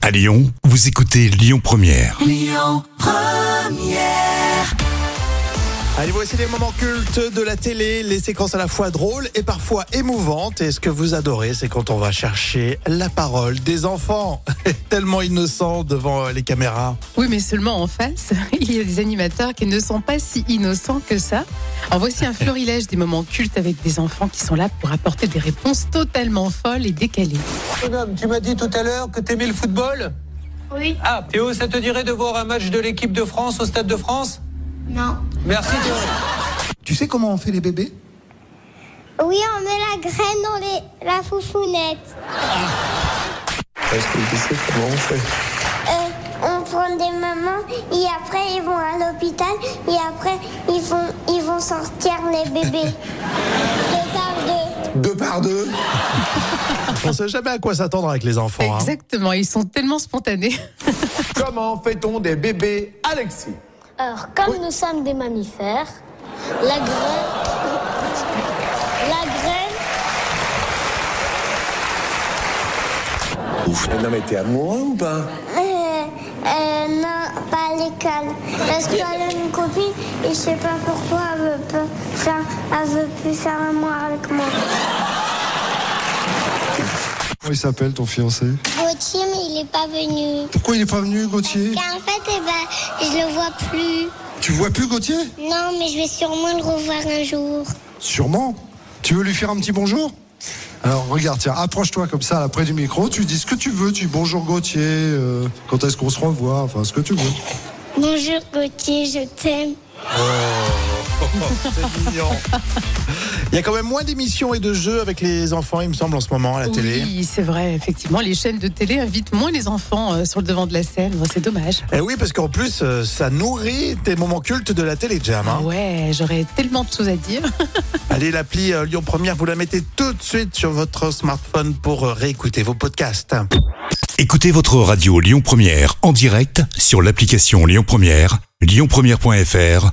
À Lyon, vous écoutez Lyon Première. Allez, voici les moments cultes de la télé, les séquences à la fois drôles et parfois émouvantes. Et ce que vous adorez, c'est quand on va chercher la parole des enfants, tellement innocents devant euh, les caméras. Oui, mais seulement en face, il y a des animateurs qui ne sont pas si innocents que ça. Alors voici un florilège des moments cultes avec des enfants qui sont là pour apporter des réponses totalement folles et décalées. Bonhomme, tu m'as dit tout à l'heure que t'aimais le football Oui, Ah, Théo, ça te dirait de voir un match de l'équipe de France au Stade de France non. Merci Théo. Tu sais comment on fait les bébés Oui, on met la graine dans les, la foufounette. Euh, on prend des mamans et après ils vont à l'hôpital et après ils vont, ils vont sortir les bébés. Deux par deux. Deux par deux On sait jamais à quoi s'attendre avec les enfants. hein. Exactement, ils sont tellement spontanés. Comment fait-on des bébés, Alexis Alors, comme nous sommes des mammifères, la graine. La graine. Non mais t'es amoureux ou pas Euh, euh, non, pas à l'école. Parce qu'elle a une copine et je sais pas pourquoi elle veut, pas faire, elle veut plus faire amour avec moi. Comment il s'appelle ton fiancé Gauthier, mais il est pas venu. Pourquoi il est pas venu, Gauthier Car en fait, eh ben, je le vois plus. Tu vois plus Gauthier Non, mais je vais sûrement le revoir un jour. Sûrement. Tu veux lui faire un petit bonjour Alors regarde, tiens, approche-toi comme ça, là, près du micro, tu dis ce que tu veux, tu dis bonjour Gauthier, euh, quand est-ce qu'on se revoit, enfin ce que tu veux. Bonjour Gauthier, je t'aime. C'est mignon. Il y a quand même moins d'émissions et de jeux avec les enfants, il me semble, en ce moment à la télé. Oui, c'est vrai, effectivement, les chaînes de télé invitent moins les enfants euh, sur le devant de la scène, Bon, c'est dommage. Et Eh oui, parce qu'en plus, euh, ça nourrit des moments cultes de la télé, Jam. hein. Ah ouais, j'aurais tellement de choses à dire. Allez, l'appli euh, Lyon Première, vous la mettez tout de suite sur votre smartphone pour euh, réécouter vos podcasts. Écoutez votre radio Lyon Première en direct sur l'application Lyon Première, lyonpremière.fr